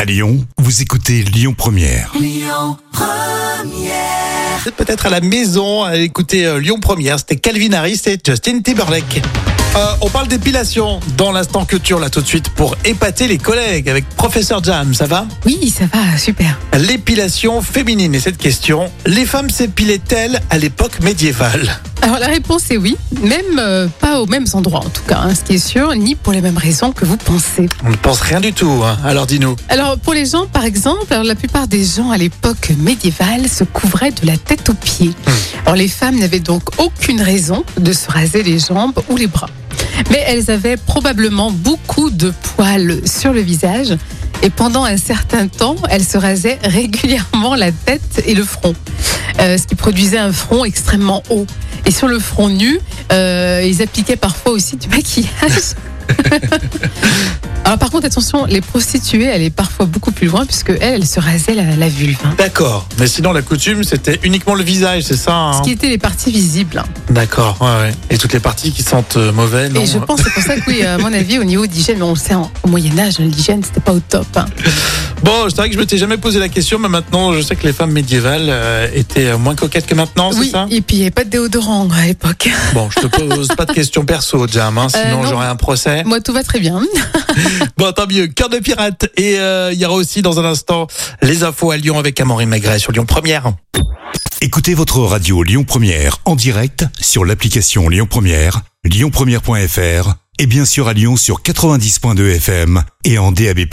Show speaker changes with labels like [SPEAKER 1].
[SPEAKER 1] À Lyon, vous écoutez Lyon Première.
[SPEAKER 2] Vous êtes peut-être à la maison à écouter euh, Lyon Première. C'était Calvin Harris et Justin Timberlake. Euh, on parle d'épilation dans l'instant culture là tout de suite pour épater les collègues avec professeur Jam, ça va
[SPEAKER 3] Oui, ça va, super.
[SPEAKER 2] L'épilation féminine et cette question, les femmes s'épilaient-elles à l'époque médiévale
[SPEAKER 3] Alors la réponse est oui, même euh, pas aux mêmes endroits en tout cas, hein, ce qui est sûr, ni pour les mêmes raisons que vous pensez.
[SPEAKER 2] On ne pense rien du tout, hein. alors dis-nous.
[SPEAKER 3] Alors pour les gens par exemple, alors, la plupart des gens à l'époque médiévale se couvraient de la tête aux pieds. Alors les femmes n'avaient donc aucune raison de se raser les jambes ou les bras. Mais elles avaient probablement beaucoup de poils sur le visage et pendant un certain temps, elles se rasaient régulièrement la tête et le front, euh, ce qui produisait un front extrêmement haut. Et sur le front nu, euh, ils appliquaient parfois aussi du maquillage. Alors Ah, par contre, attention, les prostituées allaient parfois beaucoup plus loin puisque elles, elles se rasaient la, la vulve. hein.
[SPEAKER 2] D'accord, mais sinon la coutume c'était uniquement le visage, c'est ça hein
[SPEAKER 3] Ce qui étaient les parties visibles. hein.
[SPEAKER 2] D'accord, ouais, ouais. Et toutes les parties qui sentent euh, mauvais, non
[SPEAKER 3] Et je pense que c'est pour ça que oui, à mon avis, au niveau d'hygiène, on le sait, en- au Moyen Âge, hein, l'hygiène, c'était pas au top. hein.
[SPEAKER 2] Ah, Bon, c'est vrai que je m'étais jamais posé la question, mais maintenant, je sais que les femmes médiévales euh, étaient euh, moins coquettes que maintenant, c'est
[SPEAKER 3] Oui,
[SPEAKER 2] ça
[SPEAKER 3] et puis il n'y avait pas de déodorant à l'époque.
[SPEAKER 2] Bon, je te pose pas de questions perso, Jam, hein, sinon
[SPEAKER 3] Euh, non.
[SPEAKER 2] j'aurais un procès.
[SPEAKER 3] Moi, tout va très bien.
[SPEAKER 2] Bon, tant mieux, cœur de pirate. Et euh, il y aura aussi dans un instant les infos à Lyon avec Amaury Magret sur Lyon Première.
[SPEAKER 1] Écoutez votre radio Lyon Première en direct sur l'application Lyon Première, lyonpremière.fr et bien sûr à Lyon sur 90.2 FM et en DAB+.